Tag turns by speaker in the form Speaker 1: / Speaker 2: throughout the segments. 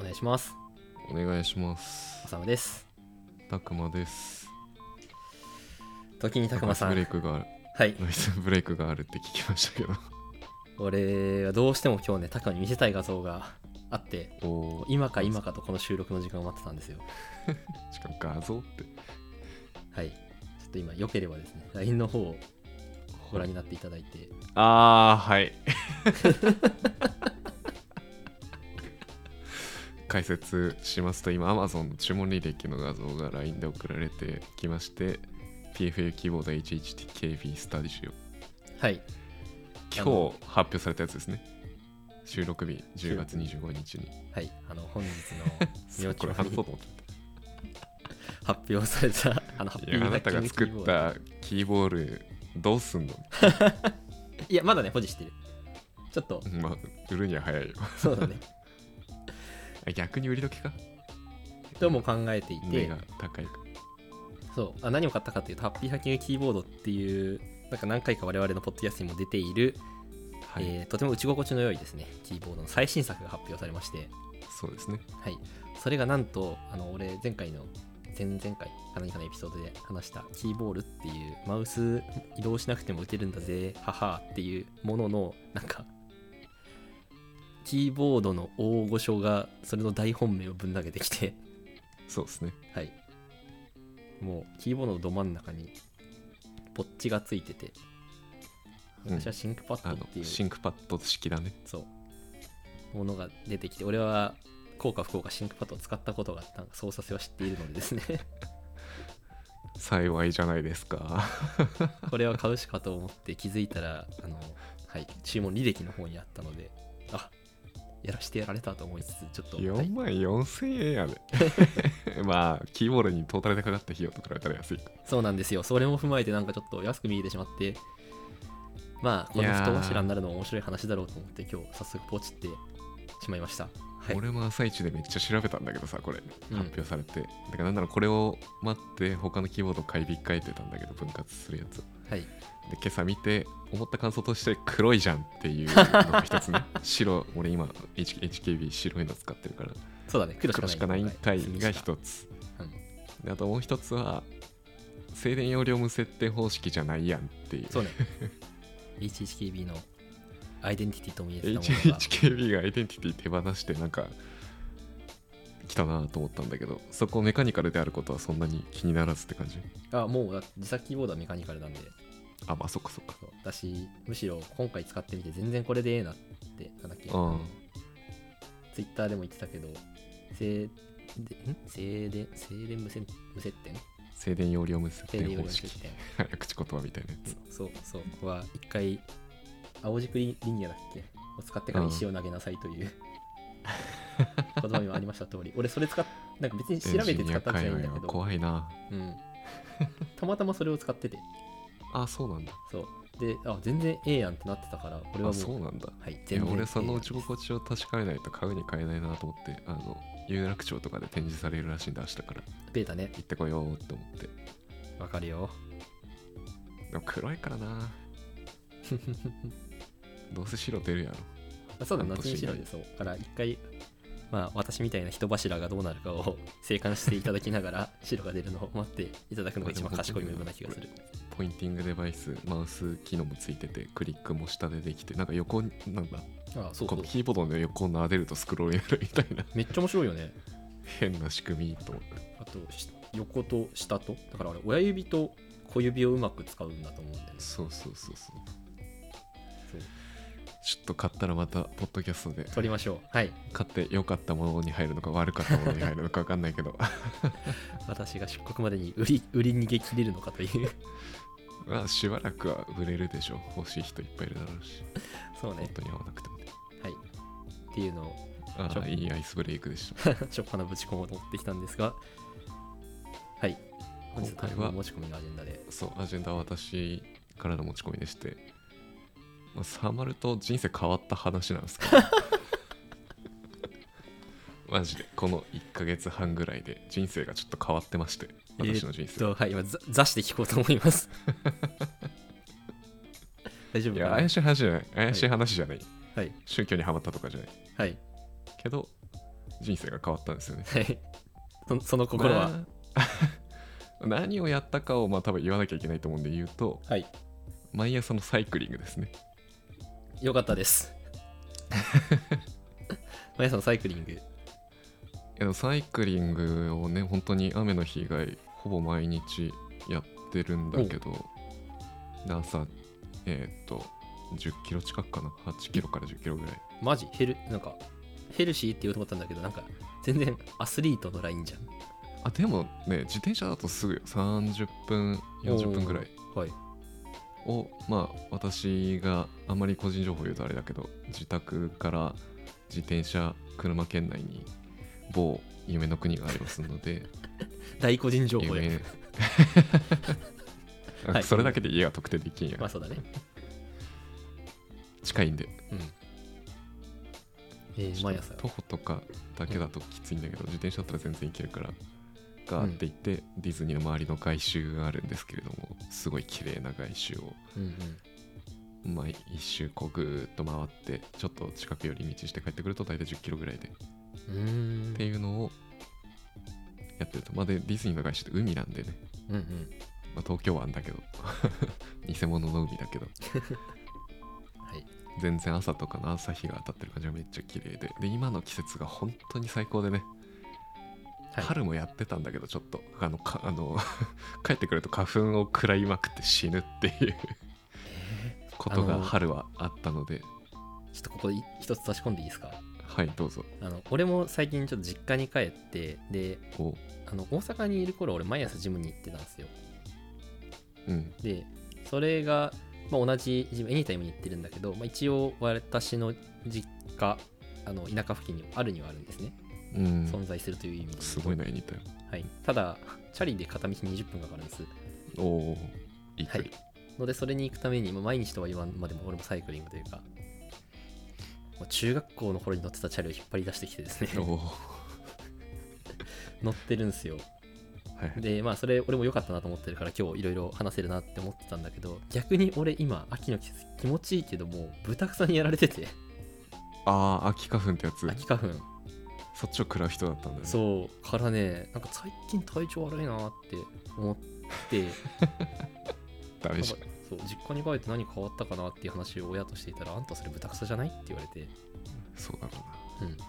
Speaker 1: 願いします
Speaker 2: お願いします
Speaker 1: おさむです
Speaker 2: たくまです
Speaker 1: 時にたくまさ
Speaker 2: ノイズ
Speaker 1: ん
Speaker 2: ブレイクがある
Speaker 1: はい
Speaker 2: ノイズブレイクがあるって聞きましたけど
Speaker 1: 俺はどうしても今日ねたくまに見せたい画像があって
Speaker 2: お
Speaker 1: 今か今かとこの収録の時間を待ってたんですよ
Speaker 2: しかも画像って
Speaker 1: はいちょっと今良ければですね LINE の方をご覧になっていただいて
Speaker 2: ああはい 解説しますと今 Amazon の注文履歴の画像が LINE で送られてきまして PFU キーボード HHTKB スタディシオ
Speaker 1: はいあ
Speaker 2: 今
Speaker 1: の
Speaker 2: 日発表されたやつですね収録日10月
Speaker 1: 収録日
Speaker 2: 25日に
Speaker 1: はいあの本日の
Speaker 2: そ
Speaker 1: 明
Speaker 2: うこ
Speaker 1: 朝
Speaker 2: れ
Speaker 1: に
Speaker 2: 外そう
Speaker 1: 発
Speaker 2: と思って
Speaker 1: 表されたあのハッ
Speaker 2: い
Speaker 1: ピー
Speaker 2: やあ
Speaker 1: ハ
Speaker 2: な
Speaker 1: ッキ
Speaker 2: た
Speaker 1: ン
Speaker 2: が
Speaker 1: グ
Speaker 2: 作
Speaker 1: キーボ
Speaker 2: っ
Speaker 1: ード
Speaker 2: たキーボールどうすんの、
Speaker 1: いやまだね保持してるちょっと
Speaker 2: まあ、売るには早いよ
Speaker 1: そう だね
Speaker 2: 逆に売り時か
Speaker 1: とも考えてい
Speaker 2: 値
Speaker 1: て
Speaker 2: が高いか
Speaker 1: そうあ何を買ったかっていうとハッピーハッキングキーボードっていうなんか何回か我々のポッドキャストにも出ている、
Speaker 2: はい、
Speaker 1: えーとても打ち心地の良いですねキーボードの最新作が発表されまして、
Speaker 2: そうですね
Speaker 1: はい、それがなんとあの俺前回の前々回か何かのエピソードで話したキーボールっていうマウス移動しなくても打てるんだぜははっていうもののなんかキーボードの大御所がそれの大本命をぶん投げてきて
Speaker 2: そうですね
Speaker 1: はい。もう、キーボードのど真ん中に、ポッチがついてて、
Speaker 2: うん
Speaker 1: 私はシンクパッ
Speaker 2: あ
Speaker 1: ド
Speaker 2: の
Speaker 1: っていう、
Speaker 2: シンクパッド式だね
Speaker 1: そう、ものが出てきて、俺は、効果不効果シンクパッドを使ったことがあった操作性は知っているのでです ね、
Speaker 2: 幸いじゃないですか
Speaker 1: これは買うしかと思って気づいたら、あの、はい、注文履歴の方にあったので、あやらしてやられたと思いつつ、ちょっと、はい
Speaker 2: 4万4000円やで まあキーボールにトータルでかかった費用と比べたら安いか
Speaker 1: そうなんですよ、それも踏まえて、なんかちょっと安く見えてしまって、まあ、こ
Speaker 2: い
Speaker 1: の
Speaker 2: やー
Speaker 1: 人柱になるのも面白い話だろうと思って、今日早速ポチってしまいました。はい、
Speaker 2: 俺も朝一でめっちゃ調べたんだけどさこれ
Speaker 1: うん
Speaker 2: 発表されて、だからなんならこれを待って他のキーボード買い控えてたんだけど分割するやつを
Speaker 1: はい、
Speaker 2: で今朝見て思った感想として黒いじゃんっていうの が一つね白俺今 H HKB 白いの使ってるから
Speaker 1: そうだね、黒
Speaker 2: 黒
Speaker 1: し
Speaker 2: し
Speaker 1: か
Speaker 2: か
Speaker 1: な。
Speaker 2: ないい体
Speaker 1: はい
Speaker 2: が一つ
Speaker 1: うん
Speaker 2: であともう一つは静電容量無設定方式じゃないやんっていう
Speaker 1: そうね。HHKB のアイデンティティとも言えてたものが、
Speaker 2: HHKB がアイデンティティ手放してなんか来たなと思ったんだけどそこメカニカルであることはそんなに気にならずって感じ
Speaker 1: あもうだ自作キーボードはメカニカルなんで、
Speaker 2: あまあそっかそっか
Speaker 1: そうだし、むしろ今回使ってみて、全然これでええなって、なんだっけ、
Speaker 2: うん
Speaker 1: Twitter でも言ってたけど、静でん静電、静電無線無接点
Speaker 2: 静電容量無設
Speaker 1: 静電
Speaker 2: 定
Speaker 1: より
Speaker 2: 方
Speaker 1: 無接
Speaker 2: 式
Speaker 1: 点。
Speaker 2: 口言葉みたいなやつ
Speaker 1: そうそう、ここは一回、青軸リニアだっけを使ってから石を投げなさいと いう、言葉にもありました通り、俺それ使っ、なんか別に調べて使ったんじゃないんだ
Speaker 2: エンジニア界隈
Speaker 1: け
Speaker 2: は
Speaker 1: ど、
Speaker 2: 怖いな
Speaker 1: うん、 たまたまそれを使ってて、
Speaker 2: あそうなんだ
Speaker 1: そう。で、あ、全然ええやんってなってたから、俺はも
Speaker 2: あそう
Speaker 1: う、
Speaker 2: なんだ
Speaker 1: はい、
Speaker 2: い
Speaker 1: 全然ええや
Speaker 2: や
Speaker 1: ん
Speaker 2: 俺
Speaker 1: です
Speaker 2: その打ち心地を確かめないと買うに買えないなと思ってあの有楽町とかで展示されるらしいんだ明日から
Speaker 1: ベータね、
Speaker 2: 行ってこようと思って
Speaker 1: わかるよ。
Speaker 2: でも黒いから などうせ白出るやろ
Speaker 1: あそうだ、
Speaker 2: 半年
Speaker 1: 夏にしろで、そう。から一回、まあ、私みたいな人柱がどうなるかを 静観していただきながら、白が出るのを待っていただくのが一番賢いムーブな気がする。
Speaker 2: ポインティングデバイスマウス機能もついててクリックも下でできてなんか横になんだ
Speaker 1: あそうそ
Speaker 2: この
Speaker 1: う。
Speaker 2: キーボードの横を撫でるとスクロールやるみたいな
Speaker 1: めっちゃ面白いよね。
Speaker 2: 変な仕組みと思って
Speaker 1: あと、し横と下と、だからあれ、親指と小指をうまく使うんだと思うんだよね。
Speaker 2: そうそうそうそう
Speaker 1: そう
Speaker 2: ちょっと買ったらまたポッドキャストで
Speaker 1: 取りましょう。はい。
Speaker 2: 買って良かったものに入るのか悪かったものに入るのか分かんないけど
Speaker 1: 私が出国までに売り売り逃げ切れるのかという。
Speaker 2: まあしばらくは売れるでしょう欲しい人いっぱいいるだろうし
Speaker 1: そうね
Speaker 2: 本。当に合わなくてもね
Speaker 1: はい。っていうのを、
Speaker 2: あ
Speaker 1: ちょ
Speaker 2: あいいアイスブレイク でした
Speaker 1: しょっぱなぶち込もうと思ってきたんですが、はい。本日
Speaker 2: 今回
Speaker 1: の
Speaker 2: は
Speaker 1: 持ち込みのアジェンダで。
Speaker 2: そうアジェンダは私からの持ち込みでして、まあ、サマルと人生変わった話なんで すけどマジでこの1ヶ月半ぐらいで人生がちょっと変わってまして私の人生、
Speaker 1: えーっと、はい。今、ざざして聞こうと思います。 大丈夫
Speaker 2: い
Speaker 1: か
Speaker 2: や
Speaker 1: な
Speaker 2: 怪しい話じゃない怪しい話じゃない、
Speaker 1: はい。
Speaker 2: 宗教にはまったとかじゃない
Speaker 1: はい。
Speaker 2: けど人生が変わったんですよね。
Speaker 1: はいそその心は、
Speaker 2: な何をやったかをまあ多分言わなきゃいけないと思うんで言うと
Speaker 1: はい
Speaker 2: 毎朝のサイクリングですね
Speaker 1: 良かったです マヤさんサイクリング
Speaker 2: いやでもサイクリングをね本当に雨の日以外ほぼ毎日やってるんだけどで朝えーっと10キロ近くかな8キロから10キロぐらい
Speaker 1: マジヘルなんかヘルシーって言おうと思ったんだけどなんか全然アスリートのラインじゃん
Speaker 2: あでもね自転車だとすぐよ30分40分ぐらい
Speaker 1: はい
Speaker 2: をまあ私があまり個人情報言うとあれだけど自宅から自転車車圏内に某夢の国がありますので
Speaker 1: 大個人情報や
Speaker 2: 夢
Speaker 1: はい
Speaker 2: それだけで家が特定できんや、
Speaker 1: まあそうだね
Speaker 2: 近いんで
Speaker 1: うんえー、毎朝
Speaker 2: 徒歩とかだけだときついんだけど、自転車だったら全然行けるからガーって行って、ディズニーの周りの外周があるんですけれどもすごい綺麗な外周を
Speaker 1: うんうん
Speaker 2: まあ、一周こうぐーっと回ってちょっと近く寄り道して帰ってくると大体1 0キロぐらいで、
Speaker 1: うーん
Speaker 2: っていうのをやってるとまあでディズニーの外周って海なんでね、
Speaker 1: うんうん
Speaker 2: まあ、東京湾だけど 偽物の海だ けど
Speaker 1: はい
Speaker 2: 全然朝とかの朝日が当たってる感じがめっちゃ綺麗でで今の季節が本当に最高でね、
Speaker 1: はい
Speaker 2: 春もやってたんだけどちょっとあのかあの 帰ってくると花粉を食らいまくって死ぬって いうこと
Speaker 1: あ
Speaker 2: が
Speaker 1: の
Speaker 2: 春はあったので
Speaker 1: ちょっとここい一つ差し込んでいいですか
Speaker 2: はいどうぞ
Speaker 1: あの俺も最近ちょっと実家に帰ってで
Speaker 2: お
Speaker 1: あの大阪にいる頃俺毎朝ジムに行ってたんですよ
Speaker 2: うん
Speaker 1: でそれが、まあ、同じジムエニタイムに行ってるんだけど、まあ、一応私の実家あの田舎付近にあるにはあるんですね、
Speaker 2: うん
Speaker 1: 存在するという意味で言うと
Speaker 2: すごいな、エニタイ
Speaker 1: はい、ただチャリで片道20分かかるんです
Speaker 2: ム。おお、いい
Speaker 1: はいのでそれに行くために、まあ、毎日とは言わんまでも俺もサイクリングというかもう中学校の頃に乗ってたチャリを引っ張り出してきてですね
Speaker 2: おお、
Speaker 1: 乗ってるんですよ
Speaker 2: はい。
Speaker 1: でまあそれ俺も良かったなと思ってるから今日いろいろ話せるなって思ってたんだけど逆に俺今秋の季節気持ちいいけどもうブタクサにやられてて
Speaker 2: ああ、秋花粉ってやつ。
Speaker 1: 秋花粉
Speaker 2: そっちを食らう人だったんだね。う。
Speaker 1: そうからねなんか最近体調悪いなって思って
Speaker 2: ダメじゃん。
Speaker 1: そう実家に帰って何変わったかなっていう話を親としていたらあんたそれブタクサじゃないって言われて
Speaker 2: そうだろ
Speaker 1: うんなんか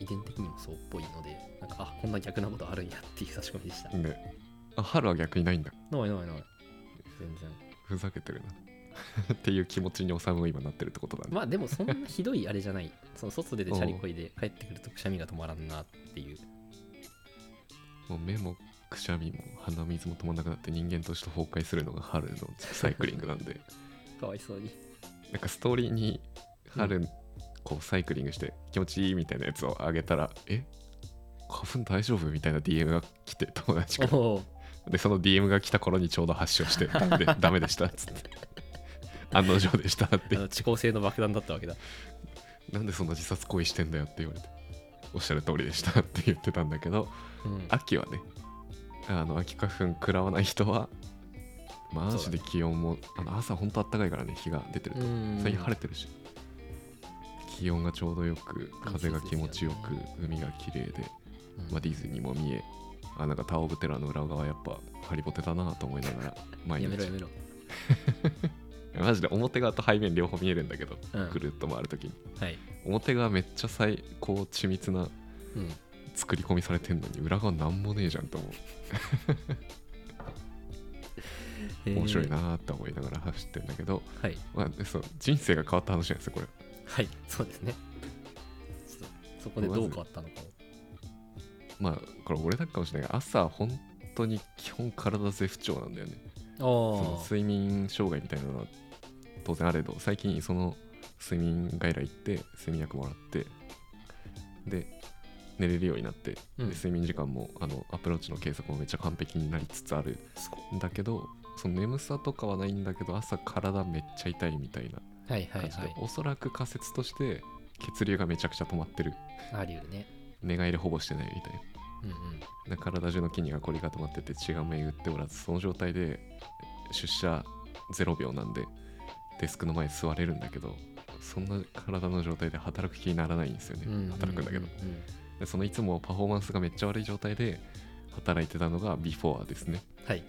Speaker 1: 遺伝的にもそうっぽいのでなんかあこんな逆なことあるんやっていう差し込みでした
Speaker 2: うな。ね。あ、春は逆にないんだ。
Speaker 1: ないないない全然
Speaker 2: ふざけてるな。 っていう気持ちにおさむを今なってるってことだね。
Speaker 1: まあでもそんなひどいあれじゃない。 その外出てチャリこいで帰ってくるとくしゃみが止まらんなっていう。
Speaker 2: もう目もくしゃみも鼻水も止まんなくなって人間として崩壊するのが春のサイクリングなんで。
Speaker 1: かわいそうに。
Speaker 2: なんかストーリーに春、こうサイクリングして気持ちいいみたいなやつをあげたら、え花粉大丈夫みたいな DM が来て友達から
Speaker 1: おお
Speaker 2: でその DM が来た頃にちょうど発症してダメでダメでしたっつって案の定 でしたっ
Speaker 1: あ
Speaker 2: て
Speaker 1: の、遅効性の爆弾だったわけだ。
Speaker 2: なんでそんな自殺行為してんだよって言われておっしゃる通りでしたって言ってたんだけど
Speaker 1: うん。
Speaker 2: 秋はねあの秋花粉食らわない人はマジで気温も、あの朝ほんとあったかいからね日が出てると
Speaker 1: うん
Speaker 2: 最近晴れてるし気温がちょうどよく風が気持ちよく
Speaker 1: いい
Speaker 2: 海が綺麗で
Speaker 1: うん
Speaker 2: まあ、ディズニーも見えあなんかタオブテラの裏側やっぱハリボテだなと思いながら毎
Speaker 1: やめろ
Speaker 2: 日
Speaker 1: やめろ。
Speaker 2: マジで表側と背面両方見えるんだけど、
Speaker 1: うん
Speaker 2: ぐるっと回るときに
Speaker 1: はい。
Speaker 2: 表側めっちゃ最高緻密な
Speaker 1: うん。
Speaker 2: 作り込みされてんのに裏側なんもねえじゃんと思う面白いなーって思いながら 走ってんだけど、
Speaker 1: えー。はい。
Speaker 2: まあでそう人生が変わった話なんですよこれ
Speaker 1: はい。そうですね。ちょっとそこでどう変わったのかを。
Speaker 2: まあこれ俺だけかもしれないが朝本当に基本体絶不調なんだよねその
Speaker 1: あ
Speaker 2: 睡眠障害みたいなのは当然あれど最近その睡眠外来行って睡眠薬もらってで寝れるようになって、
Speaker 1: うん
Speaker 2: で睡眠時間もあのアプローチの計測もめっちゃ完璧になりつつある
Speaker 1: あ。すごい
Speaker 2: んだけどその眠さとかはないんだけど朝体めっちゃ痛いみたいな
Speaker 1: はいは
Speaker 2: 感
Speaker 1: い
Speaker 2: じで、
Speaker 1: はい。
Speaker 2: おそらく仮説として血流がめちゃくちゃ止まってる
Speaker 1: あり得るね。
Speaker 2: 寝返りほぼしてないみたいな
Speaker 1: うんうん。
Speaker 2: で体中の筋肉が凝り固まってて血が巡っておらずその状態で出社0秒なんでデスクの前に座れるんだけどそんな体の状態で働く気にならないんですよね、働くんだけど
Speaker 1: う
Speaker 2: でそのいつもパフォーマンスがめっちゃ悪い状態で働いてたのがビフォーですね
Speaker 1: はい。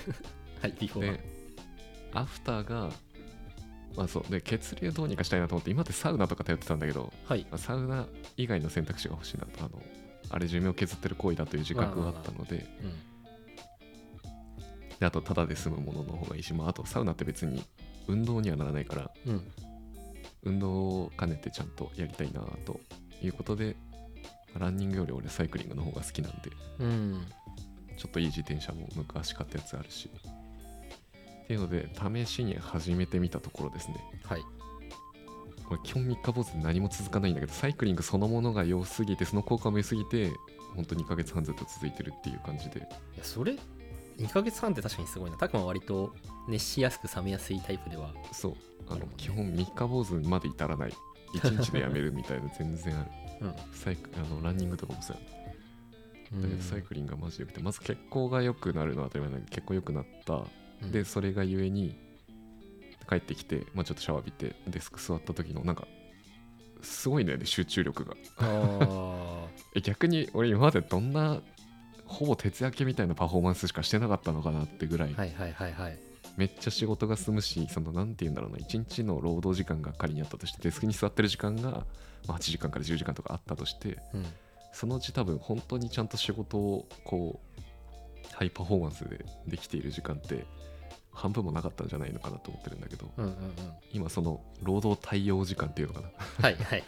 Speaker 1: はい、ビフォー
Speaker 2: でアフターがまあそうで血流どうにかしたいなと思って今ってサウナとか頼ってたんだけど、
Speaker 1: は。はい
Speaker 2: ま。あサウナ以外の選択肢が欲しいなとあのあれ寿命を削ってる行為だという自覚があったので
Speaker 1: うん。
Speaker 2: であとただで済むものの方がいいし、まあ、あとサウナって別に運動にはならないから
Speaker 1: うん。
Speaker 2: 運動を兼ねてちゃんとやりたいなということでランニングより俺サイクリングの方が好きなんで
Speaker 1: うん。
Speaker 2: ちょっといい自転車も昔買ったやつあるしっていうので試しに始めてみたところですね
Speaker 1: はい。
Speaker 2: これ基本三日坊主で何も続かないんだけどサイクリングそのものが良すぎてその効果も良すぎて本当2ヶ月半ずっと続いてるっていう感じで
Speaker 1: いや、それ、2ヶ月半って確かにすごいな。たくまは割と熱しやすく冷めやすいタイプでは。
Speaker 2: そうあ
Speaker 1: なるほ
Speaker 2: の
Speaker 1: どね
Speaker 2: 基本三日坊主まで至らない1日でやめる みたいな全然ある
Speaker 1: うん。
Speaker 2: サイクあのランニングとかもそうや
Speaker 1: うん
Speaker 2: だけどサイクリングがマジでよくてまず血行が良くなるのは当たり前なんだけど血行良くなった
Speaker 1: うん
Speaker 2: でそれがゆえに帰ってきて、まあ、ちょっとシャワー浴びてデスク座った時のなんかすごいんだよね集中力が
Speaker 1: あ あ。
Speaker 2: え逆に俺今までどんなほぼ徹夜明けみたいなパフォーマンスしかしてなかったのかなってぐらい、
Speaker 1: はいはいはいはい。
Speaker 2: めっちゃ仕事が済むしその何て言うんだろうな一日の労働時間が仮にあったとしてデスクに座ってる時間がまあ8時間から10時間とかあったとして
Speaker 1: うん。
Speaker 2: そのうち多分本当にちゃんと仕事をこうハイパフォーマンスでできている時間って半分もなかったんじゃないのかなと思ってるんだけど
Speaker 1: うんうんうん。
Speaker 2: 今その労働対応時間っていうのかな
Speaker 1: はいはい。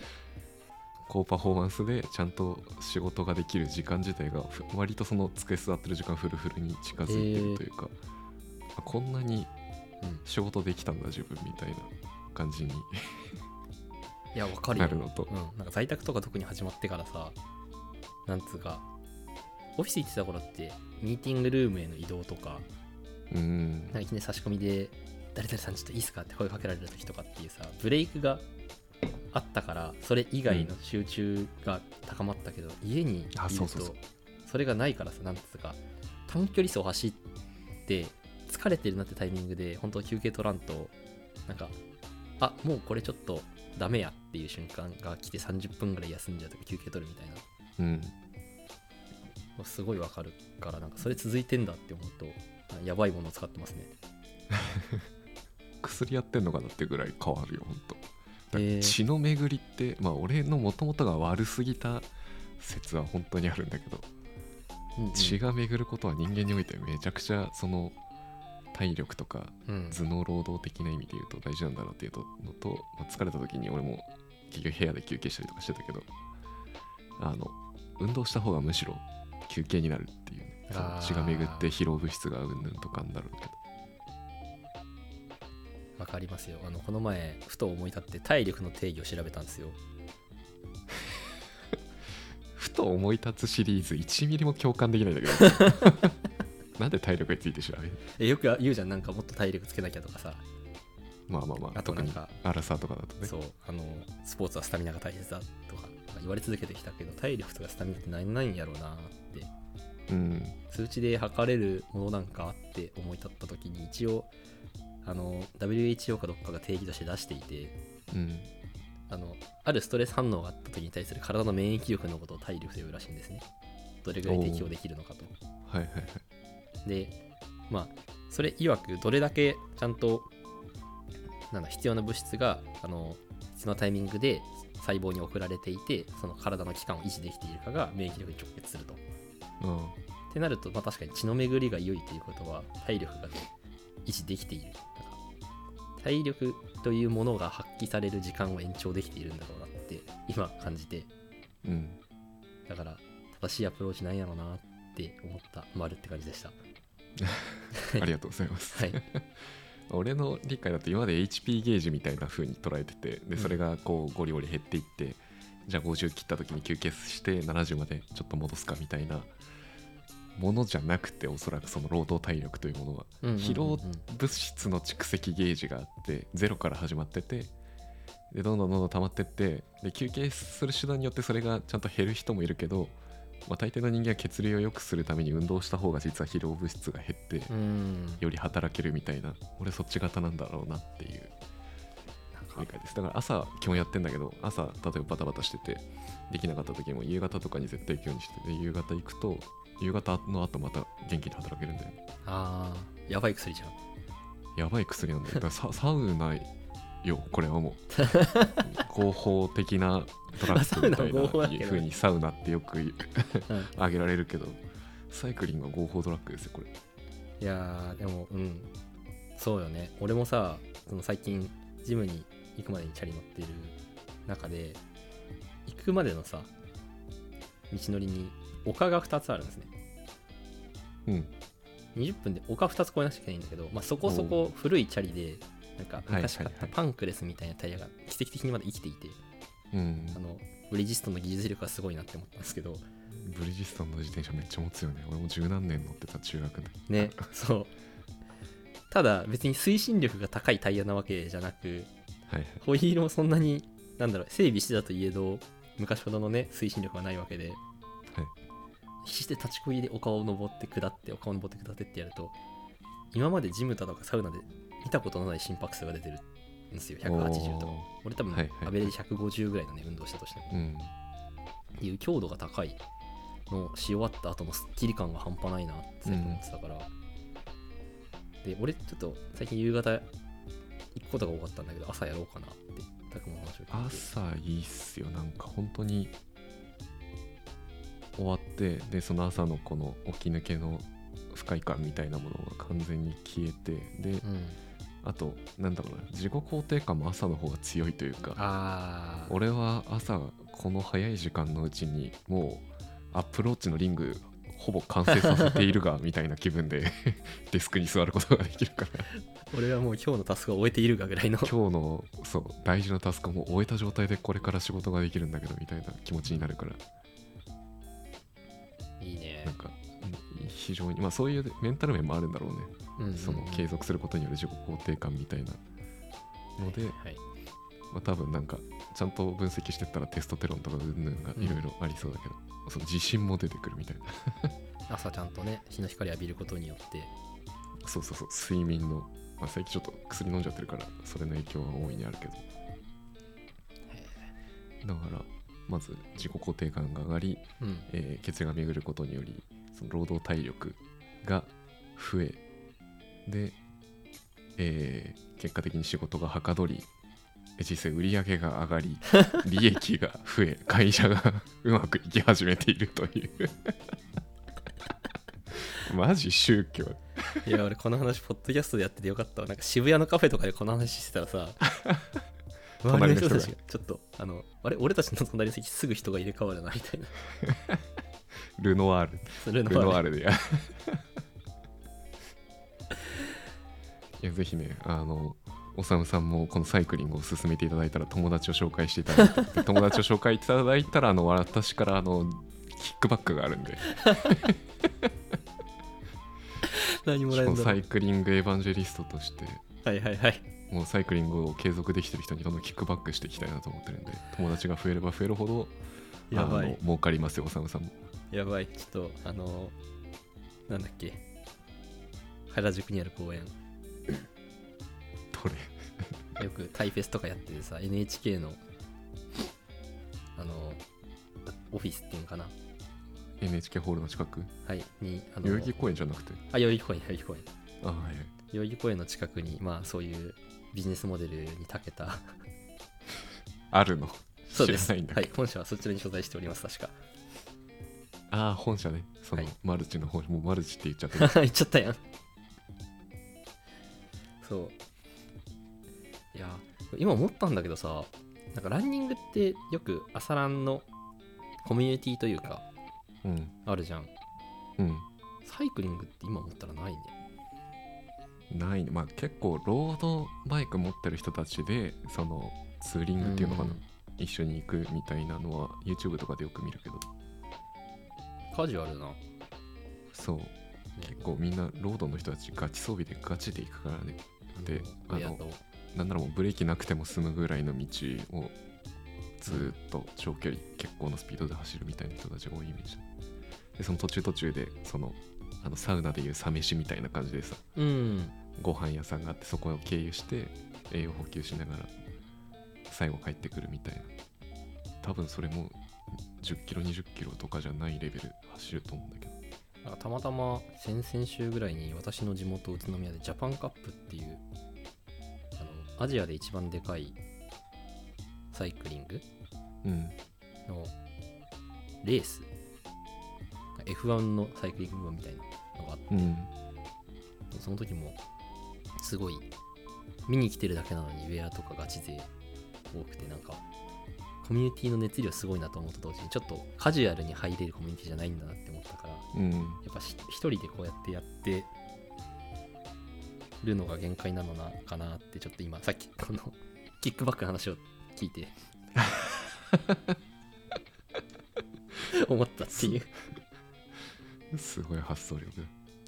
Speaker 2: 高パフォーマンスでちゃんと仕事ができる時間自体がふ割とその机座ってる時間フルフルに近づいてるというか、あこんなに
Speaker 1: うん
Speaker 2: 仕事できたんだ自分みたいな感じに
Speaker 1: いや、わかるよ
Speaker 2: なるのと
Speaker 1: うん、なんか在宅とか特に始まってからさなんつうかオフィス行ってた頃ってミーティングルームへの移動とか
Speaker 2: うん
Speaker 1: なんかいきなり差し込みで「誰々さんちょっといいっすか?」って声かけられた時とかっていうさブレイクがあったからそれ以外の集中が高まったけど、家にいる
Speaker 2: あそ
Speaker 1: と
Speaker 2: うそうそう
Speaker 1: それがないからさなんつうか短距離走走って疲れてるなってタイミングで本当休憩取らんとなんかあもうこれちょっとダメやっていう瞬間が来て30分ぐらい休んじゃうとか休憩取るみたいな
Speaker 2: うん
Speaker 1: のすごいわかるからなんかそれ続いてんだって思うとあやばいものを使ってますね
Speaker 2: 薬やってんのかなってぐらい変わるよほんとだから
Speaker 1: へー
Speaker 2: 血の巡りってまあ俺のもともとが悪すぎた説は本当にあるんだけど
Speaker 1: うんうん
Speaker 2: 血が巡ることは人間においてめちゃくちゃその体力とか
Speaker 1: うん
Speaker 2: 頭脳労働的な意味で言うと大事なんだなっていうのと、まあ疲れた時に俺も結局部屋で休憩したりとかしてたけどあの運動した方がむしろ休憩になるっていう、ね、その
Speaker 1: あー
Speaker 2: 血が巡って疲労物質がうんぬんとかんだろうけど
Speaker 1: わかりますよあのこの前ふと思い立って体力の定義を調べたんですよ
Speaker 2: ふと思い立つシリーズ1ミリも共感できないんだけど なんで体力について調べる
Speaker 1: えよく言うじゃんなんかもっと体力つけなきゃとかさ
Speaker 2: まあまあまあ
Speaker 1: あと
Speaker 2: 特
Speaker 1: なん
Speaker 2: に
Speaker 1: か
Speaker 2: アラサーとかだとね
Speaker 1: そうあのスポーツはスタミナが大切だとか言われ続けてきたけど体力とかスタミナって何なんやろうなって
Speaker 2: うん
Speaker 1: 数値で測れるものなんかって思い立った時に一応あの WHO かどっかが定義として出していて
Speaker 2: うん
Speaker 1: あのあるストレス反応があった時に対する体の免疫力のことを体力と呼ぶらしいんですねどれぐらい適応できるのかと
Speaker 2: はいはいはい
Speaker 1: でまあそれ曰くどれだけちゃんとなんだ必要な物質があの必要なタイミングで細胞に送られていてその体の器官を維持できているかが免疫力に直結すると。っ
Speaker 2: うん
Speaker 1: てなると、まあ、確かに血の巡りが良いということは体力が維持できているなんか体力というものが発揮される時間を延長できているんだろうなって今感じて
Speaker 2: うん
Speaker 1: だから正しいアプローチなんやろうなって思った丸って感じでした。
Speaker 2: ありがとうございます
Speaker 1: はい、
Speaker 2: 俺の理解だと今まで HP ゲージみたいな風に捉えてて
Speaker 1: ん
Speaker 2: でそれがこうゴリゴリ減っていってじゃあ50切った時に休憩して70までちょっと戻すかみたいなものじゃなくておそらくその労働体力というものは
Speaker 1: うんうんうんうん
Speaker 2: 疲労物質の蓄積ゲージがあってゼロから始まっててでどんどんどんどん溜まってってで休憩する手段によってそれがちゃんと減る人もいるけど、まあ、大抵の人間は血流を良くするために運動した方が実は疲労物質が減って、
Speaker 1: うん
Speaker 2: より働けるみたいな俺そっち型なんだろうなってい
Speaker 1: なん
Speaker 2: う
Speaker 1: か
Speaker 2: 理解ですだから朝基本やってんだけど朝例えばバタバタしててできなかった時も夕方とかに絶対行くようにしてて夕方行くと夕方の後また元気で働けるんだよね
Speaker 1: あーやばい薬じゃん
Speaker 2: やばい薬なんだよだからササウナよこれ はもう合法的なドラッグみた
Speaker 1: サ
Speaker 2: い
Speaker 1: ウナ合法だけど
Speaker 2: なふうにサウナってよく言う
Speaker 1: うん
Speaker 2: 挙げられるけどサイクリングは合法ドラッグですよこれ
Speaker 1: いやーでもうんそうよね俺もさその最近ジムに行くまでにチャリ乗ってる中で行くまでのさ道のりに丘が2つあるんですね
Speaker 2: うん
Speaker 1: 20分で丘2つ越えなきゃいけないんだけど、まあ、そこそこ古いチャリでなんか
Speaker 2: はいはいはい
Speaker 1: 昔買ったパンクレスみたいなタイヤが奇跡的にまだ生きていて、
Speaker 2: うん
Speaker 1: あのブリヂストンの技術力はすごいなって思ったんですけど
Speaker 2: ブリヂストンの自転車めっちゃ持つよね俺も十何年乗ってた中学の時
Speaker 1: ね そうただ別に推進力が高いタイヤなわけじゃなく
Speaker 2: はいはい
Speaker 1: ホイールもそんなになんだろう整備してたといえど昔ほどのね推進力はないわけで
Speaker 2: はい
Speaker 1: 必死で立ちこぎで丘を登って下って丘を登って下ってってやると今までジムだとかサウナで見たことのない心拍数が出てるんですよ180とか
Speaker 2: お
Speaker 1: 俺多分
Speaker 2: はいはい
Speaker 1: アベレージ150ぐらいのね運動したとしても
Speaker 2: ーうん
Speaker 1: っていう強度が高いのをし終わった後のスッキリ感が半端ないなって最近思ってたから、で俺ちょっと最近夕方行くことが多かったんだけど朝やろうかなってたくも話を聞いて
Speaker 2: 朝いいっすよなんか本当に終わってでその朝のこの起き抜けの不快感みたいなものが完全に消えてで
Speaker 1: うん
Speaker 2: あとなんだろうな自己肯定感も朝の方が強いというか
Speaker 1: あー
Speaker 2: 俺は朝この早い時間のうちにもうアップローチのリングほぼ完成させているがみたいな気分で デスクに座ることができるから
Speaker 1: 俺はもう今日のタスクを終えているがぐらいの
Speaker 2: 今日のそう大事なタスクも終えた状態でこれから仕事ができるんだけどみたいな気持ちになるから
Speaker 1: いいね
Speaker 2: なんかうん非常にまあそういうメンタル面もあるんだろうね、
Speaker 1: うんうんうん
Speaker 2: その継続することによる自己肯定感みたいなので、
Speaker 1: はい
Speaker 2: まあ、多分なんかちゃんと分析してったらテストテロンとかうんぬんがいろいろありそうだけど、その自信も出てくるみたいな
Speaker 1: 朝ちゃんとね日の光浴びることによって
Speaker 2: そうそうそう睡眠の、まあ、最近ちょっと薬飲んじゃってるからそれの影響は大いにあるけどだからまず自己肯定感が上がり、
Speaker 1: うん
Speaker 2: えー血が巡ることによりその労働体力が増えで、えー結果的に仕事がはかどり実際売り上げが上がり利益が増え会社がうまくいき始めているという マジ宗教
Speaker 1: いや俺この話ポッドキャストでやっててよかったわなんか渋谷のカフェとかでこの話してたら さ周りの人たちがちょっとあのあれ俺たちの隣の席すぐ人が入れ替わるなみ たいな
Speaker 2: ルノワール
Speaker 1: それの
Speaker 2: ルノワー
Speaker 1: ル
Speaker 2: ルでやいやぜひねあのおさむさんもこのサイクリングを進めていただいたら友達を紹介していただいてで友達を紹介いただいたらあの私からあのキックバックがあるんで
Speaker 1: 何もらえ
Speaker 2: こ
Speaker 1: る
Speaker 2: の
Speaker 1: んだろ
Speaker 2: サイ
Speaker 1: う
Speaker 2: クリングエヴァンジェリストとして
Speaker 1: はいはいはい
Speaker 2: もうサイクリングを継続できてる人にどんどんキックバックしていきたいなと思ってるんで友達が増えれば増えるほど
Speaker 1: やば
Speaker 2: あ
Speaker 1: い
Speaker 2: の儲かりますよおさむさんも
Speaker 1: やばいちょっとあのなんだっけ原宿にある公園
Speaker 2: どれ
Speaker 1: よくタイフェスとかやっててさ NHK のあのオフィスっていうのかな
Speaker 2: NHK ホールの近く
Speaker 1: はいにあの
Speaker 2: 代々木公園じゃなくて
Speaker 1: あ代々木公園代々木公園
Speaker 2: あはいはい
Speaker 1: 代々木公園の近くにまあそういうビジネスモデルに長けた
Speaker 2: あるの
Speaker 1: そうです
Speaker 2: 知らないんだ
Speaker 1: はい本社はそちらに所在しております確か
Speaker 2: ああ、本社ね。その、
Speaker 1: はい。
Speaker 2: マルチの方もうマルチって言っちゃってる
Speaker 1: 言っちゃったやんそういや今思ったんだけどさなんかランニングってよく朝ランのコミュニティというか
Speaker 2: うん。
Speaker 1: あるじゃん
Speaker 2: うん。
Speaker 1: サイクリングって今思ったらないね
Speaker 2: ないね。まあ結構、ロードバイク持ってる人たちで、その、ツーリングっていうのかな。
Speaker 1: ん
Speaker 2: 一緒に行くみたいなのは、YouTube とかでよく見るけど、
Speaker 1: カジュアルな、ね
Speaker 2: そう。結構みんな、ロードの人たち、ガチ装備でガチで行くからね。で
Speaker 1: あの
Speaker 2: あの
Speaker 1: 親と
Speaker 2: なんならもうブレーキなくても済むぐらいの道を、ずーっと長距離、結構のスピードで走るみたいな人たちが多いイメージだ。で、その途中途中で、その、あのサウナでいうサ飯みたいな感じでさ、
Speaker 1: うん
Speaker 2: ご飯屋さんがあってそこを経由して栄養補給しながら最後帰ってくるみたいな多分それも10キロ20キロとかじゃないレベル走ると思うんだけど
Speaker 1: なんかたまたま先々週ぐらいに私の地元宇都宮でジャパンカップっていうあのアジアで一番でかいサイクリング
Speaker 2: うん
Speaker 1: のレース F1 のサイクリング部門みたいなのがあって
Speaker 2: うん
Speaker 1: その時もすごい見に来てるだけなのにウェアとかガチ勢多くてなんかコミュニティの熱量すごいなと思った同時にちょっとカジュアルに入れるコミュニティじゃないんだなって思ったからや
Speaker 2: うん
Speaker 1: っぱし一人でこうやってやってるのが限界なのなかなってちょっと今さっきこの キックバックの話を聞い て思ったっていう
Speaker 2: すごい発想力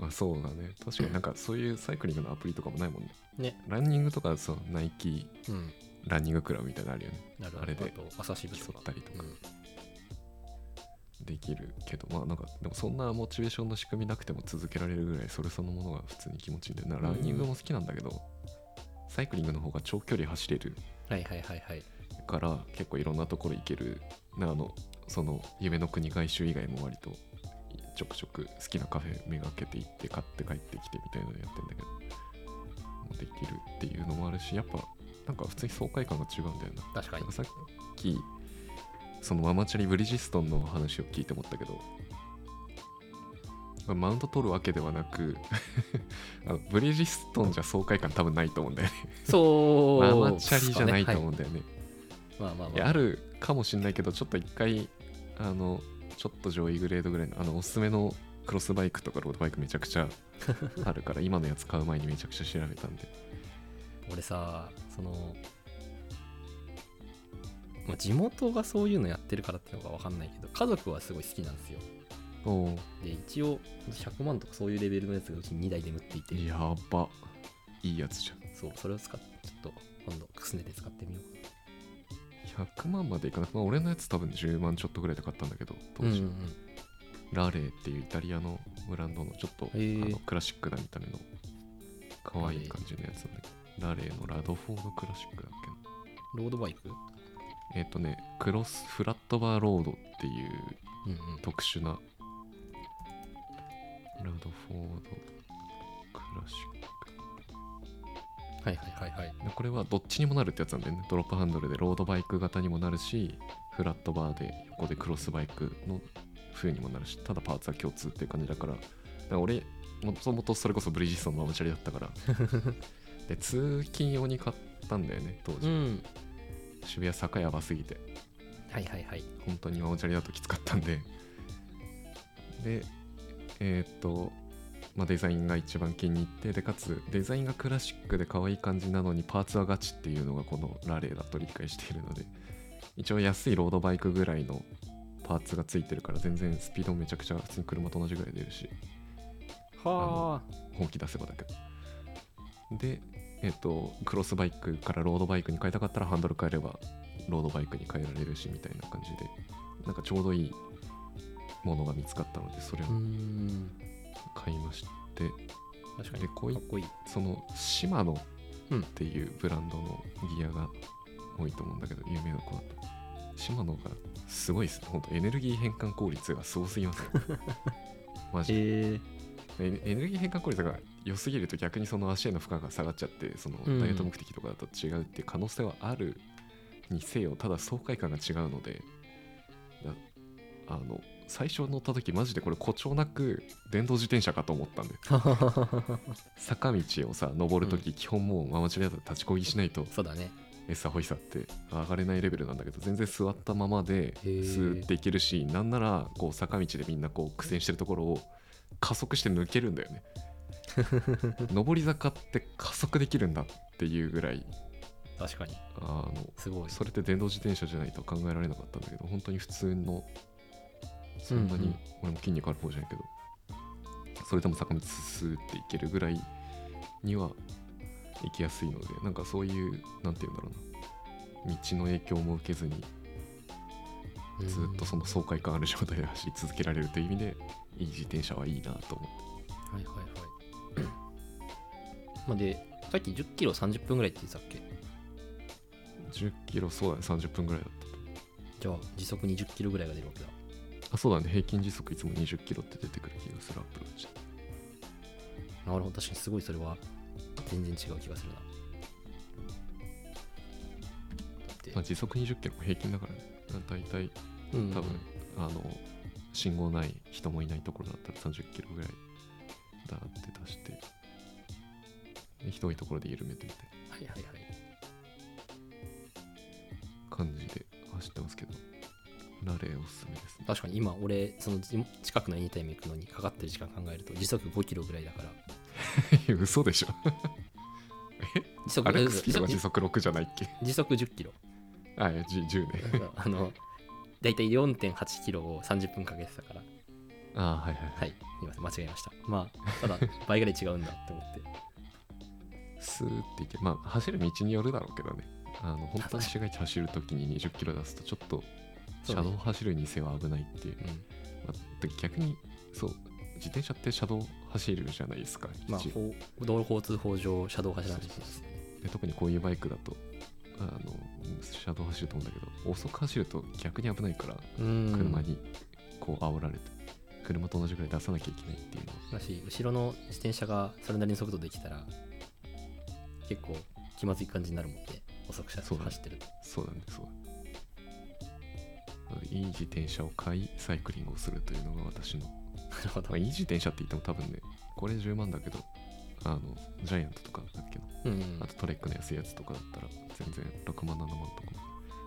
Speaker 2: あそうだね確かになんかそういうサイクリングのアプリとかもないもんね
Speaker 1: ね
Speaker 2: ランニングとかそうナイキ
Speaker 1: うん
Speaker 2: ランニングクラブみたいなのあるよね
Speaker 1: なるほど
Speaker 2: あれで
Speaker 1: と朝日
Speaker 2: 競
Speaker 1: と
Speaker 2: っ
Speaker 1: か
Speaker 2: たりと
Speaker 1: う
Speaker 2: か
Speaker 1: ん
Speaker 2: できるけど、まあなんかでもそんなモチベーションの仕組みなくても続けられるぐらいそれそのものが普通に気持ちいいんだよなランニングも好きなんだけど、サイクリングの方が長距離走れる
Speaker 1: はいはいはいはい
Speaker 2: から結構いろんなところ行けるなあのその夢の国外周以外も割とちょくちょく好きなカフェめがけて行って買って帰ってきてみたいなのやってんだけどもうできるっていうのもあるしやっぱなんか普通に爽快感が違うんだよな
Speaker 1: 確かに
Speaker 2: なんかさっきそのママチャリブリヂストンの話を聞いて思ったけどマウント取るわけではなく あのブリヂストンじゃ爽快感多分ないと思うんだよね
Speaker 1: そう、
Speaker 2: ママチャリじゃないと
Speaker 1: う。
Speaker 2: 思うんだよね
Speaker 1: まあまあ
Speaker 2: い
Speaker 1: ま
Speaker 2: や
Speaker 1: あ。
Speaker 2: あるかもしんないけどちょっと一回あのちょっと上位グレードぐらいのあのおすすめのクロスバイクとかロードバイクめちゃくちゃあるから今のやつ買う前にめちゃくちゃ調べたんで
Speaker 1: 俺さ、その、まあ、地元がそういうのやってるからっていうのか分かんないけど、家族はすごい好きなんですよ。
Speaker 2: おお
Speaker 1: で、一応、100万とかそういうレベルのやつがうちに2台眠っていて、
Speaker 2: やばいいやつじゃん
Speaker 1: そう、それを使って、ちょっと今度、くすねて使ってみよう
Speaker 2: 100万までいかなくて、まあ、俺のやつ多分10万ちょっとぐらいで買ったんだけど当
Speaker 1: うんう
Speaker 2: 時、
Speaker 1: ん
Speaker 2: ラレーっていうイタリアのブランドのちょっと、
Speaker 1: へー
Speaker 2: あのクラシックな見た目の可愛い感じのやつなんだけどラレーのラドフォードクラシックだっけな
Speaker 1: ロードバイク
Speaker 2: えっ、とねクロスフラットバーロードっていう
Speaker 1: うんうん。
Speaker 2: 特殊なラドフォードクラシッ
Speaker 1: はいはいはいはい。
Speaker 2: クでこれはどっちにもなるってやつなんだよねドロップハンドルでロードバイク型にもなるしフラットバーで横でクロスバイクの風にもなるしただパーツは共通っていう感じだからだから俺もともとそれこそブリヂストンのママチャリだっ たからで通勤用に買ったんだよね当
Speaker 1: う
Speaker 2: 時、
Speaker 1: ん。
Speaker 2: 渋谷坂やばすぎて
Speaker 1: はいはいはい。
Speaker 2: 本当にママチャリだときつかったんででえーっと、まあ、デザインが一番気に入ってでかつデザインがクラシックで可愛い感じなのにパーツはガチっていうのがこのラレーだと理解しているので一応安いロードバイクぐらいのパーツがついてるから全然スピードもめちゃくちゃ普通に車と同じぐらい出るし
Speaker 1: は
Speaker 2: 本気出せばだけどでえっ、とクロスバイクからロードバイクに変えたかったらハンドル変えればロードバイクに変えられるしみたいな感じでなんかちょうどいいものが見つかったのでそれを
Speaker 1: あ。うーん。
Speaker 2: 買いまして、
Speaker 1: 確かに。
Speaker 2: で
Speaker 1: か
Speaker 2: こい
Speaker 1: っこいい。
Speaker 2: そのシマノ
Speaker 1: うん
Speaker 2: っていうブランドのギアが多いと思うんだけど有名な子だとシマノがすごいです本当エネルギー変換効率がすごす ぎますよマジで
Speaker 1: えー、
Speaker 2: エエネルギー変換効率が良すぎると逆にその足への負荷が下がっちゃってその
Speaker 1: うん
Speaker 2: ダイエット目的とかだと違うっていう可能性はあるにせよただ爽快感が違うのでだあの最初乗った時マジでこれ誇張なく電動自転車かと思ったんで坂道をさ登る時基本もうママチャリだと立ちこぎしないと
Speaker 1: そうだね。
Speaker 2: エサホイサって上がれないレベルなんだけど全然座ったままでス
Speaker 1: へえ
Speaker 2: ーっていけるしなんならこう坂道でみんなこう苦戦してるところを加速して抜けるんだよね上り坂って加速できるんだっていうぐらい
Speaker 1: 確かに。
Speaker 2: あの
Speaker 1: すごい。
Speaker 2: それって電動自転車じゃないと考えられなかったんだけど本当に普通のそんな
Speaker 1: うんう
Speaker 2: に
Speaker 1: ん
Speaker 2: 俺も筋肉ある方じゃないけど、それでも坂道スーっていけるぐらいには行きやすいのでなんかそういうなんて言うんだろうな道の影響も受けずにずっとその爽快感ある状態で走り続けられるという意味でいい自転車はいいなと思って
Speaker 1: はいはいはい。まあで、さっき10キロ30分ぐらいって言ってたっけ
Speaker 2: 10キロそうだね30分ぐらいだった
Speaker 1: じゃあ時速20キロぐらいが出るわけだ
Speaker 2: あそうだね平均時速いつも20キロって出てくる気がするアップルウォッチ
Speaker 1: なるほど確かにすごいそれは全然違う気がするなだって
Speaker 2: まあ時速20キロも平均だからねだいたい
Speaker 1: うん
Speaker 2: 多分、あの信号ない人もいないところだったら30キロぐらいだって出してで人多いところで緩めてみ
Speaker 1: は
Speaker 2: たい
Speaker 1: いはいはい
Speaker 2: な感じで走ってますけどラレーおすすめですね
Speaker 1: 確かに今俺そのじ近くのエニタイム行くのにかかってる時間考えると時速5キロぐらいだから
Speaker 2: 嘘で しょ
Speaker 1: 時速
Speaker 2: アレック
Speaker 1: え
Speaker 2: ス
Speaker 1: 時
Speaker 2: キロ
Speaker 1: 速
Speaker 2: は時速6じゃないっけ
Speaker 1: 時速10キロ
Speaker 2: あいやじ10ね
Speaker 1: あのだいたい4.8キロを30分かけてたから
Speaker 2: あはいはいはい
Speaker 1: はいすいません間違えましたまあた だ倍ぐらい違うんだって思って
Speaker 2: スーっていけまあ走る道によるだろうけどねあの本当に市街地走るときに20キロ出すとちょっと車道を走るにせは危ないっていう
Speaker 1: うん
Speaker 2: まあ、逆にそう自転車って車道走るじゃないですか、
Speaker 1: まあ
Speaker 2: 一応
Speaker 1: ほう道路交通法上車道を走らないといけないですよね
Speaker 2: で特にこういうバイクだとあの車道走ると思うんだけど遅く走ると逆に危ないから
Speaker 1: うん
Speaker 2: 車にこう煽られて、車と同じぐらい出さなきゃいけないっていうのは
Speaker 1: だし後ろの自転車がそれなりの速度できたら結構気まずい感じになるもんね遅く車
Speaker 2: そうだね
Speaker 1: 走ってると
Speaker 2: そうだねそうだねいい自転車を買いサイクリングをするというのが私の、
Speaker 1: なるほど
Speaker 2: まあ、いい自転車って言っても多分ねこれ10万だけどあのジャイアントとかだっけど
Speaker 1: うんうん
Speaker 2: あとトレックの安いやつとかだったら全然6万7万とかも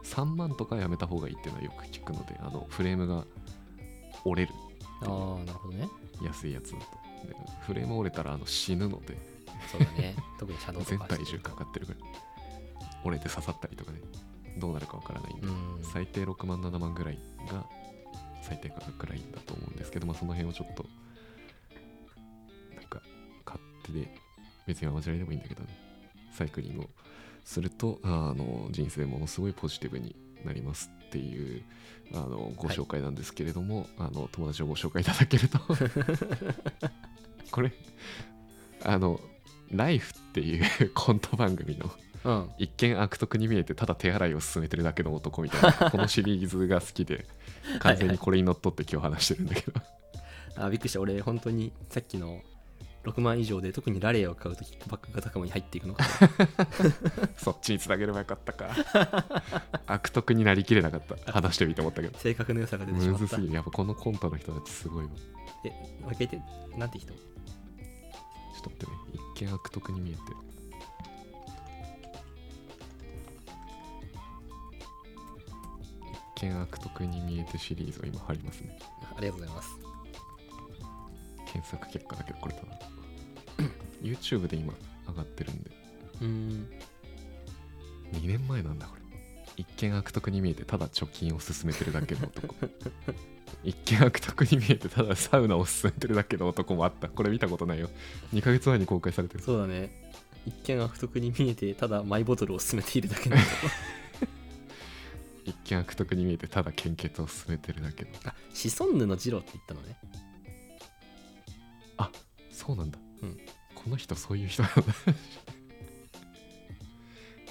Speaker 2: 3万とかやめた方がいいっていうのはよく聞くのであのフレームが折れる
Speaker 1: ああなるほどね
Speaker 2: 安いやつだとでフレーム折れたらあの死ぬので
Speaker 1: そうだね 特に車道とか
Speaker 2: 全
Speaker 1: 走って
Speaker 2: 体
Speaker 1: る
Speaker 2: 重かかってるぐらい折れて刺さったりとかねどうなるかわからないんで、
Speaker 1: うん
Speaker 2: 最低6万7万ぐらいが最低価格ぐらいだと思うんですけど、まあ、その辺をちょっとなんか勝手で別にアマチュアでもいいんだけどねサイクリングをするとあの人生ものすごいポジティブになりますっていうあのご紹介なんですけれども、あの友達をご紹介いただける とこれあの「ライフっていうコント番組の
Speaker 1: うん
Speaker 2: 一見悪徳に見えてただ手洗いを進めてるだけの男みたい なこのシリーズが好きで完全にこれにのっとって今日話してるんだけど
Speaker 1: あびっくりした俺本当にさっきの6万以上で特にラレーを買うとキックバックが高まに入っていく のかと
Speaker 2: そっちにつなげればよかったか 悪徳になりきれなかった話してみて思ったけど
Speaker 1: 性格の良さが出てし
Speaker 2: む
Speaker 1: まっ
Speaker 2: ず
Speaker 1: た
Speaker 2: すぎるやっぱこのコントの人たちすごいわ
Speaker 1: え負けてなんて人
Speaker 2: ちょっと待ってね一見悪徳に見えて一見悪徳に見えてシリーズを今貼りますね
Speaker 1: ありがとうございます
Speaker 2: 検索結果だけどこれ多分 YouTube で今上がってるんで
Speaker 1: うん
Speaker 2: 2年前なんだこれ一見悪徳に見えてただ貯金を進めてるだけの 男一見悪徳に見えてただサウナを進めてるだけの男もあったこれ見たことないよ2ヶ月前に公開されてる
Speaker 1: そうだね一見悪徳に見えてただマイボトルを進めているだ けの
Speaker 2: 一見悪徳に見えてただ献血を進めてるだけの
Speaker 1: あシソンヌのジローって言ったのね
Speaker 2: そうなんだ、
Speaker 1: うん
Speaker 2: この人そういう人なんだ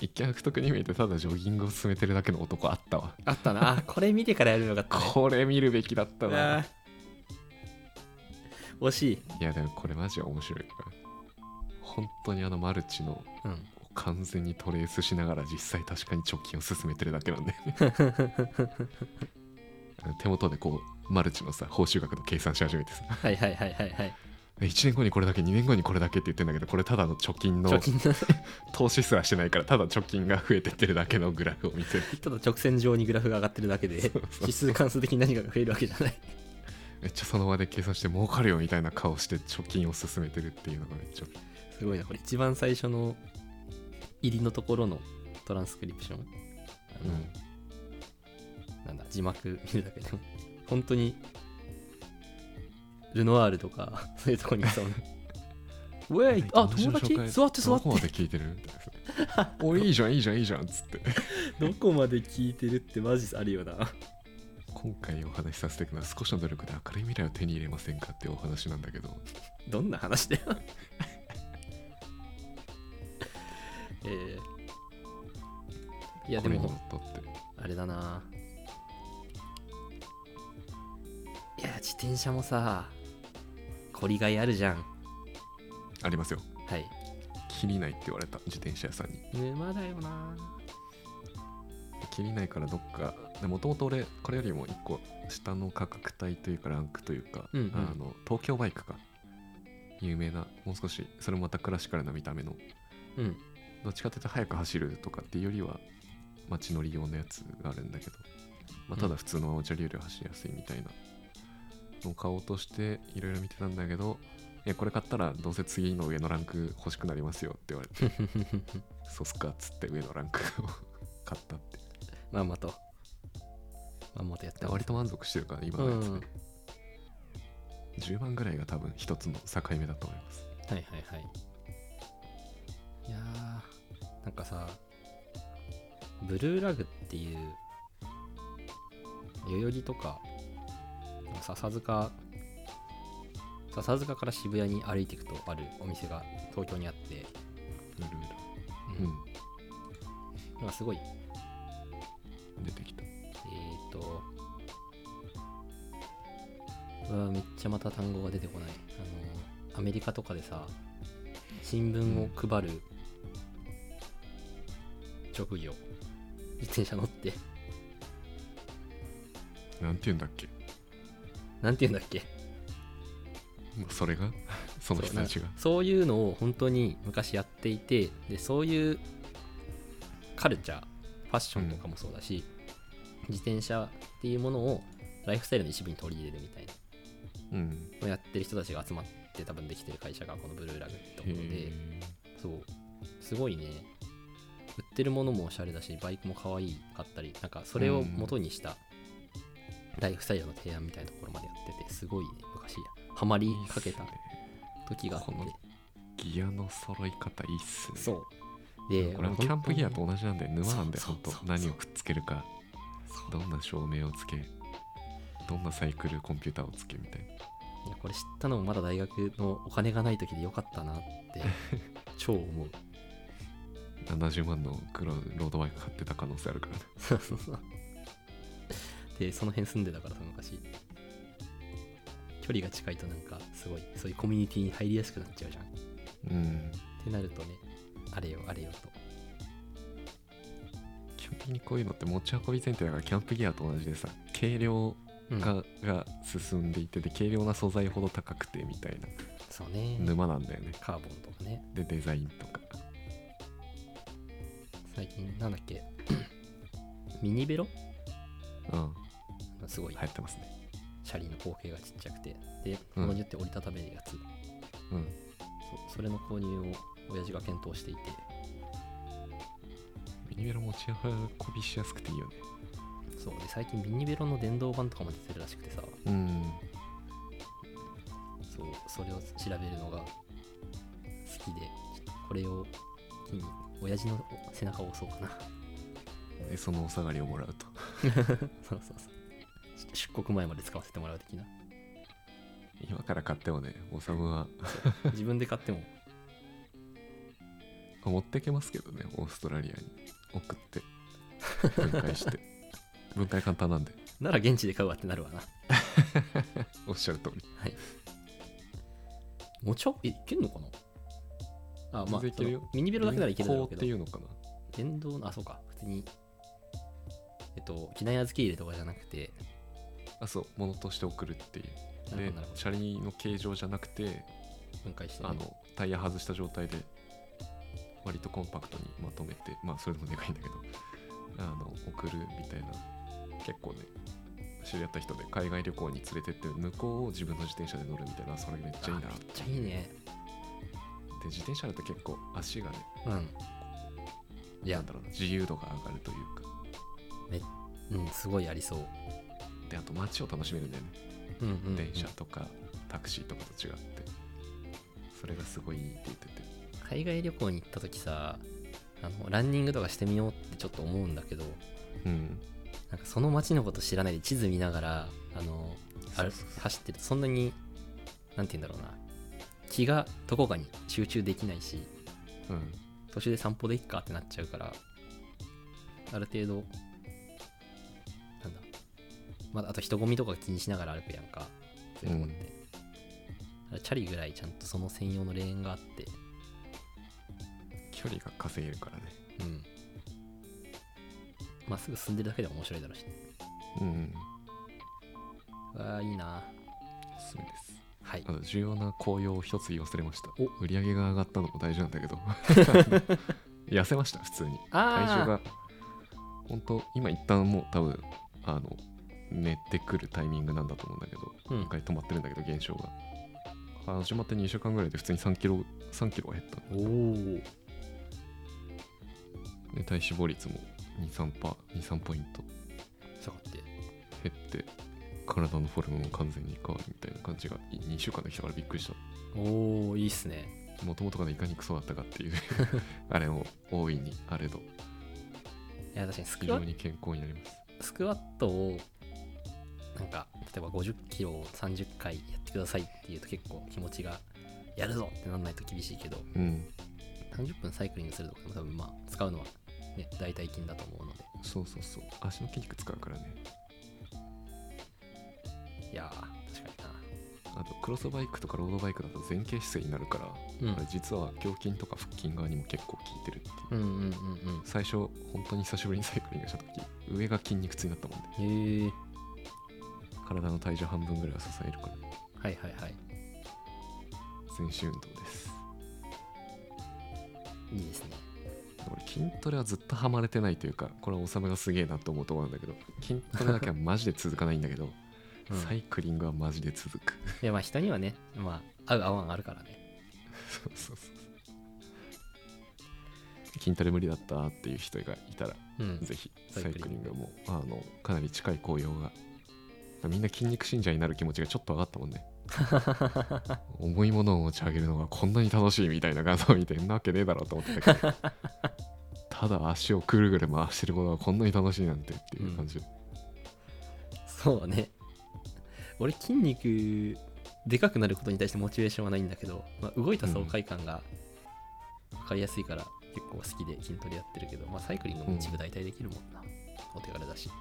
Speaker 2: 一見悪徳に見えてただジョギングを進めてるだけの男あったわ
Speaker 1: あったなあこれ見てからやるのがったね
Speaker 2: これ見るべきだったな
Speaker 1: あー惜しい、
Speaker 2: いやでもこれマジ面白いから本当にあのマルチの
Speaker 1: うん、
Speaker 2: 完全にトレースしながら実際確かに貯金を進めてるだけな んであの手元でこうマルチのさ報酬額の計算し始めてさ
Speaker 1: はいはいはいはいはい
Speaker 2: 1年後にこれだけ2年後にこれだけって言ってんだけどこれただの貯金
Speaker 1: 貯
Speaker 2: の
Speaker 1: 金の
Speaker 2: 投資すらしてないからただ貯金が増えてってるだけのグラフを見せる
Speaker 1: ただ直線上にグラフが上がってるだけで
Speaker 2: そうそう
Speaker 1: 指数関数的に何かが増えるわけじゃない
Speaker 2: めっちゃその場で計算して儲かるよみたいな顔して貯金を進めてるっていうのがめっちゃ
Speaker 1: すごいな、これ一番最初の入りのところのトランスクリプション。あの、なんだ、字幕見るだけでも、本当に、ルノワールとか、 そういうとこにいそうな。ウェイあ、友達座って座っ
Speaker 2: どこま
Speaker 1: て。
Speaker 2: で聞いてる みたいなおいいいじゃんいいじゃんいいじゃんっつって
Speaker 1: どこまで聞いてるってマジあるよな。
Speaker 2: 今回お話しさせてください少しの努力で明るい未来を手に入れませんかっていうお話なんだけど
Speaker 1: どんな話だよ。 えーいや
Speaker 2: こ
Speaker 1: で
Speaker 2: れに乗
Speaker 1: も
Speaker 2: ったって
Speaker 1: あれだな。いや自転車もさ、凝りがいあるじゃん。
Speaker 2: ありますよ
Speaker 1: はい。
Speaker 2: 切りないって言われた自転車屋さんに
Speaker 1: 沼だよな。
Speaker 2: 切りないからどっかもともと俺これよりも1個下の価格帯というかランクというか、
Speaker 1: うんうん
Speaker 2: あの東京バイクか有名なもう少しそれもまたクラシカルな見た目の
Speaker 1: うん。
Speaker 2: どっちかというと速く走るとかっていうよりは街乗り用のやつがあるんだけど、まあ、ただ普通のお茶流よりは走りやすいみたいなのを買おうとしていろいろ見てたんだけどいやこれ買ったらどうせ次の上のランク欲しくなりますよって言われてそうっすかっつって上のランクを買ったって
Speaker 1: まんまと。まんまとやって
Speaker 2: で
Speaker 1: ます
Speaker 2: 割と満足してるから今のやつね、10万ぐらいが多分一つの境目だと思います
Speaker 1: はいはいはいいやーなんかさブルーラグっていう代々木とか笹塚笹塚から渋谷に歩いていくとあるお店が東京にあって、
Speaker 2: ルー
Speaker 1: う
Speaker 2: ル
Speaker 1: んなんかすごいえ
Speaker 2: うん出てきた
Speaker 1: ー、とうわーめっちゃまた単語が出てこないあのアメリカとかでさ新聞を配る職業、自転車乗って
Speaker 2: なんて言うんだっけ
Speaker 1: なんて言うんだっけ
Speaker 2: まあそ れがその人たちが
Speaker 1: そういうのを本当に昔やっていてでそういうカルチャーファッションとかもそうだし、自転車っていうものをライフスタイルの一部に取り入れるみたいな
Speaker 2: うん
Speaker 1: のをやってる人たちが集まって多分できてる会社がこのブルーラグってことで
Speaker 2: へ
Speaker 1: そうすごいね売ってるものもおしゃれだしバイクも可愛かったりなんかそれを元にしたライフスタイルの提案みたいなところまでやっててすごいね昔ハマり
Speaker 2: え
Speaker 1: かけた
Speaker 2: いいっすね
Speaker 1: 時があって
Speaker 2: このギアの揃い方いいっすね
Speaker 1: そうで
Speaker 2: これはキャンプギアと同じなんで沼なんで
Speaker 1: そう
Speaker 2: 本当
Speaker 1: そうそう
Speaker 2: 何をくっつけるか
Speaker 1: そう
Speaker 2: どんな照明をつけどんなサイクルコンピューターをつけみたい
Speaker 1: いやこれ知ったのもまだ大学のお金がない時でよかった なって超思う
Speaker 2: な70万の黒いロードバイク買ってた可能性あるからね
Speaker 1: そうそうそう でその辺住んでたからさ昔距離が近いとなんかすごいそういうコミュニティに入りやすくなっちゃうじゃん
Speaker 2: うん
Speaker 1: ってなるとねあれよあれよと
Speaker 2: 基本的にこういうのって持ち運び前提だからキャンプギアと同じでさ軽量
Speaker 1: うん
Speaker 2: 化が進んでいてで軽量な素材ほど高くてみたいな
Speaker 1: そうね
Speaker 2: 沼なんだよね
Speaker 1: カーボンとかね
Speaker 2: でデザインとか
Speaker 1: 最近なんだっけ ミニベロ
Speaker 2: うん
Speaker 1: すごい
Speaker 2: 流行ってますね
Speaker 1: 車輪の口径がちっちゃくてでものによって折りたためるやつ、
Speaker 2: うん
Speaker 1: そそれの購入を親父が検討していて
Speaker 2: ミニベロ持ち運びしやすくていいよね
Speaker 1: そうで最近ミニベロの電動版とかも出てるらしくてさ
Speaker 2: うん
Speaker 1: そうそれを調べるのが好きでちょっとこれを機に親父の背中を押そうかな
Speaker 2: でそのお下がりをもらうと
Speaker 1: そ うそうそう出国前まで使わせてもらう的 な
Speaker 2: 今から買ってもねおさむは
Speaker 1: 自分で買っても
Speaker 2: あ持ってけますけどねオーストラリアに送って分解して 分解簡単なんで
Speaker 1: なら現地で買うわってなるわな
Speaker 2: おっしゃる通り
Speaker 1: 持ち運びいけんのかなあまあ
Speaker 2: 全然いけるよ
Speaker 1: そのミニベロだけならいけるだろうけ
Speaker 2: ってい
Speaker 1: ど
Speaker 2: うのかな
Speaker 1: 電動のあそうか普通にえっと機内預け入れとかじゃなくて
Speaker 2: あそう物として送るっていう
Speaker 1: なるほ
Speaker 2: で
Speaker 1: どなるほど
Speaker 2: 車輪の形状じゃなくて
Speaker 1: 分解して、ね、
Speaker 2: あのタイヤ外した状態で割とコンパクトにまとめてまあそれでもでかいんだけどあの送るみたいな結構ね知り合った人で海外旅行に連れてって向こうを自分の自転車で乗るみたいなそれめっちゃいいな
Speaker 1: あ
Speaker 2: っ
Speaker 1: めってちゃいいね
Speaker 2: で自転車だと結構足がね
Speaker 1: うんい
Speaker 2: な
Speaker 1: や
Speaker 2: んだろうな自由度が上がるというか
Speaker 1: うんすごいありそう
Speaker 2: であと街を楽しめるんだよね、
Speaker 1: うんうんうん
Speaker 2: 電車とかタクシーとかと違ってそれがすごいいいって言ってて
Speaker 1: 海外旅行に行った時さあのランニングとかしてみようってちょっと思うんだけど
Speaker 2: うん
Speaker 1: なんかその街のこと知らないで地図見ながらあのあ
Speaker 2: そう
Speaker 1: る
Speaker 2: そうそう
Speaker 1: 走ってるとそんなになんて言うんだろうな気がどこかに集中できないし
Speaker 2: うん
Speaker 1: 途中で散歩できっかってなっちゃうからある程度なんだまだあと人混みとか気にしながら歩くやんかそういうのって、だからチャリぐらいちゃんとその専用のレーンがあって
Speaker 2: 距離が稼げるからね
Speaker 1: うんまっすぐ進んでるだけでも面白いだろうし
Speaker 2: うん
Speaker 1: わあいいな
Speaker 2: おすすめです
Speaker 1: はい
Speaker 2: あと重要な紅葉を一つ言い忘れました
Speaker 1: お
Speaker 2: 売り上げが上がったのも大事な んだけど痩せました普通に体重
Speaker 1: あ
Speaker 2: が本当今一旦もう多分あの寝てくるタイミングなんだと思うんだけど
Speaker 1: あ、う
Speaker 2: 一
Speaker 1: ん、
Speaker 2: 回止まってるんだけど減少が始まって2週間ぐらいで普通に3キロ3キロは減った
Speaker 1: おお
Speaker 2: で体脂肪率も23パー23ポイント
Speaker 1: 下がって
Speaker 2: 減って体のフォルムも完全に変わるみたいな感じが2週間できたからびっくりし
Speaker 1: おおいいっすね
Speaker 2: たもともとがいかにクソだったかっていう あれを大いにあれど
Speaker 1: いや確かにス
Speaker 2: 非
Speaker 1: クワ
Speaker 2: 常
Speaker 1: ッ
Speaker 2: に健康になります
Speaker 1: スクワットをなんか例えば50キロを30回やってくださいっていうと結構気持ちがやるぞってなんないと厳しいけど
Speaker 2: うん
Speaker 1: 30分サイクリングするとかでも多分まあ使うのはね大体筋だと思うので
Speaker 2: そうそうそう足の筋肉使うからね
Speaker 1: いやー確か
Speaker 2: あとクロスバイクとかロードバイクだと前傾姿勢になるから、
Speaker 1: に
Speaker 2: あ
Speaker 1: な
Speaker 2: れ実は胸筋とか腹筋側にも結構効いてるってい
Speaker 1: う
Speaker 2: う、
Speaker 1: んうんうんうん
Speaker 2: 最初本当に久しぶりにサイクリングした時上が筋肉痛になったもんで
Speaker 1: うんへえ
Speaker 2: 体の体重半分ぐらいは支えるから
Speaker 1: はいはいはい
Speaker 2: 全身運動です
Speaker 1: いいですね
Speaker 2: 俺筋トレはずっとハマれてないというかこれは修がすげえなと思うと思うんだけど筋トレだけはマジで続かないんだけど、
Speaker 1: うん
Speaker 2: サイクリングはマジで続く
Speaker 1: いやまあ人にはねまあ合う合わんあるからね
Speaker 2: そうそうそう筋トレ無理だったっていう人がいたら
Speaker 1: うん
Speaker 2: ぜひサ
Speaker 1: サイ
Speaker 2: イ
Speaker 1: クリング
Speaker 2: クリングもあのかなり近い紅葉がみんな筋肉信者になる気持ちがちょっと上がったもんね重いものを持ち上げるのがこんなに楽しいみたいな画像を見てんなわけねえだろうと思ってたけどただ足をくるぐる回してることがこんなに楽しいなんてっていう感じ、
Speaker 1: そうね。 俺、筋肉でかくなることに対してモチベーションはないんだけど、まあ、動いた爽快感が分かりやすいから、結構好きで筋トレやってるけど、まあ、サイクリングも一部代替できるもんな。お手軽だし。
Speaker 2: こ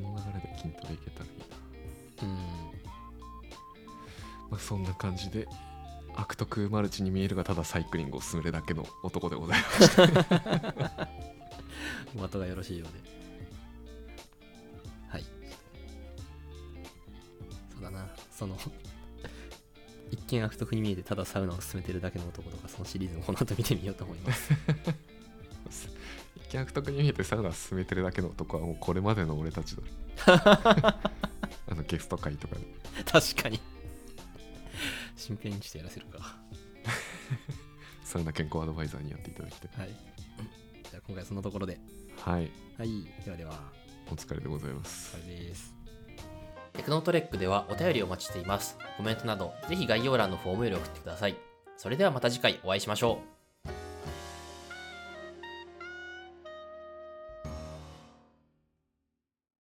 Speaker 2: の流れで筋トレいけたらいいな、
Speaker 1: うん。
Speaker 2: まあ、そんな感じで悪徳マルチに見えるがただサイクリングを進めるだけの男でございます
Speaker 1: まとがよろしいようで。はい。そうだな。その。 一見悪徳に見えてただサウナを進めてるだけの男とかそのシリーズもこの後見てみようと思います
Speaker 2: 一見悪徳に見えてサウナ進めてるだけの男はもうこれまでの俺たちだろあのゲスト会とかで
Speaker 1: 確かに真剣にしてやらせるか
Speaker 2: サウナ健康アドバイザーにやっていただきた
Speaker 1: は
Speaker 2: い
Speaker 1: い。じゃあ今回はそんなところで。
Speaker 2: はい
Speaker 1: はい。ではでは、
Speaker 2: お疲れでございます
Speaker 1: お疲れです。
Speaker 3: テクノトレックではお便りをお待ちしています。コメントなど、ぜひ概要欄のフォームより送ってください。それではまた次回お会いしましょう。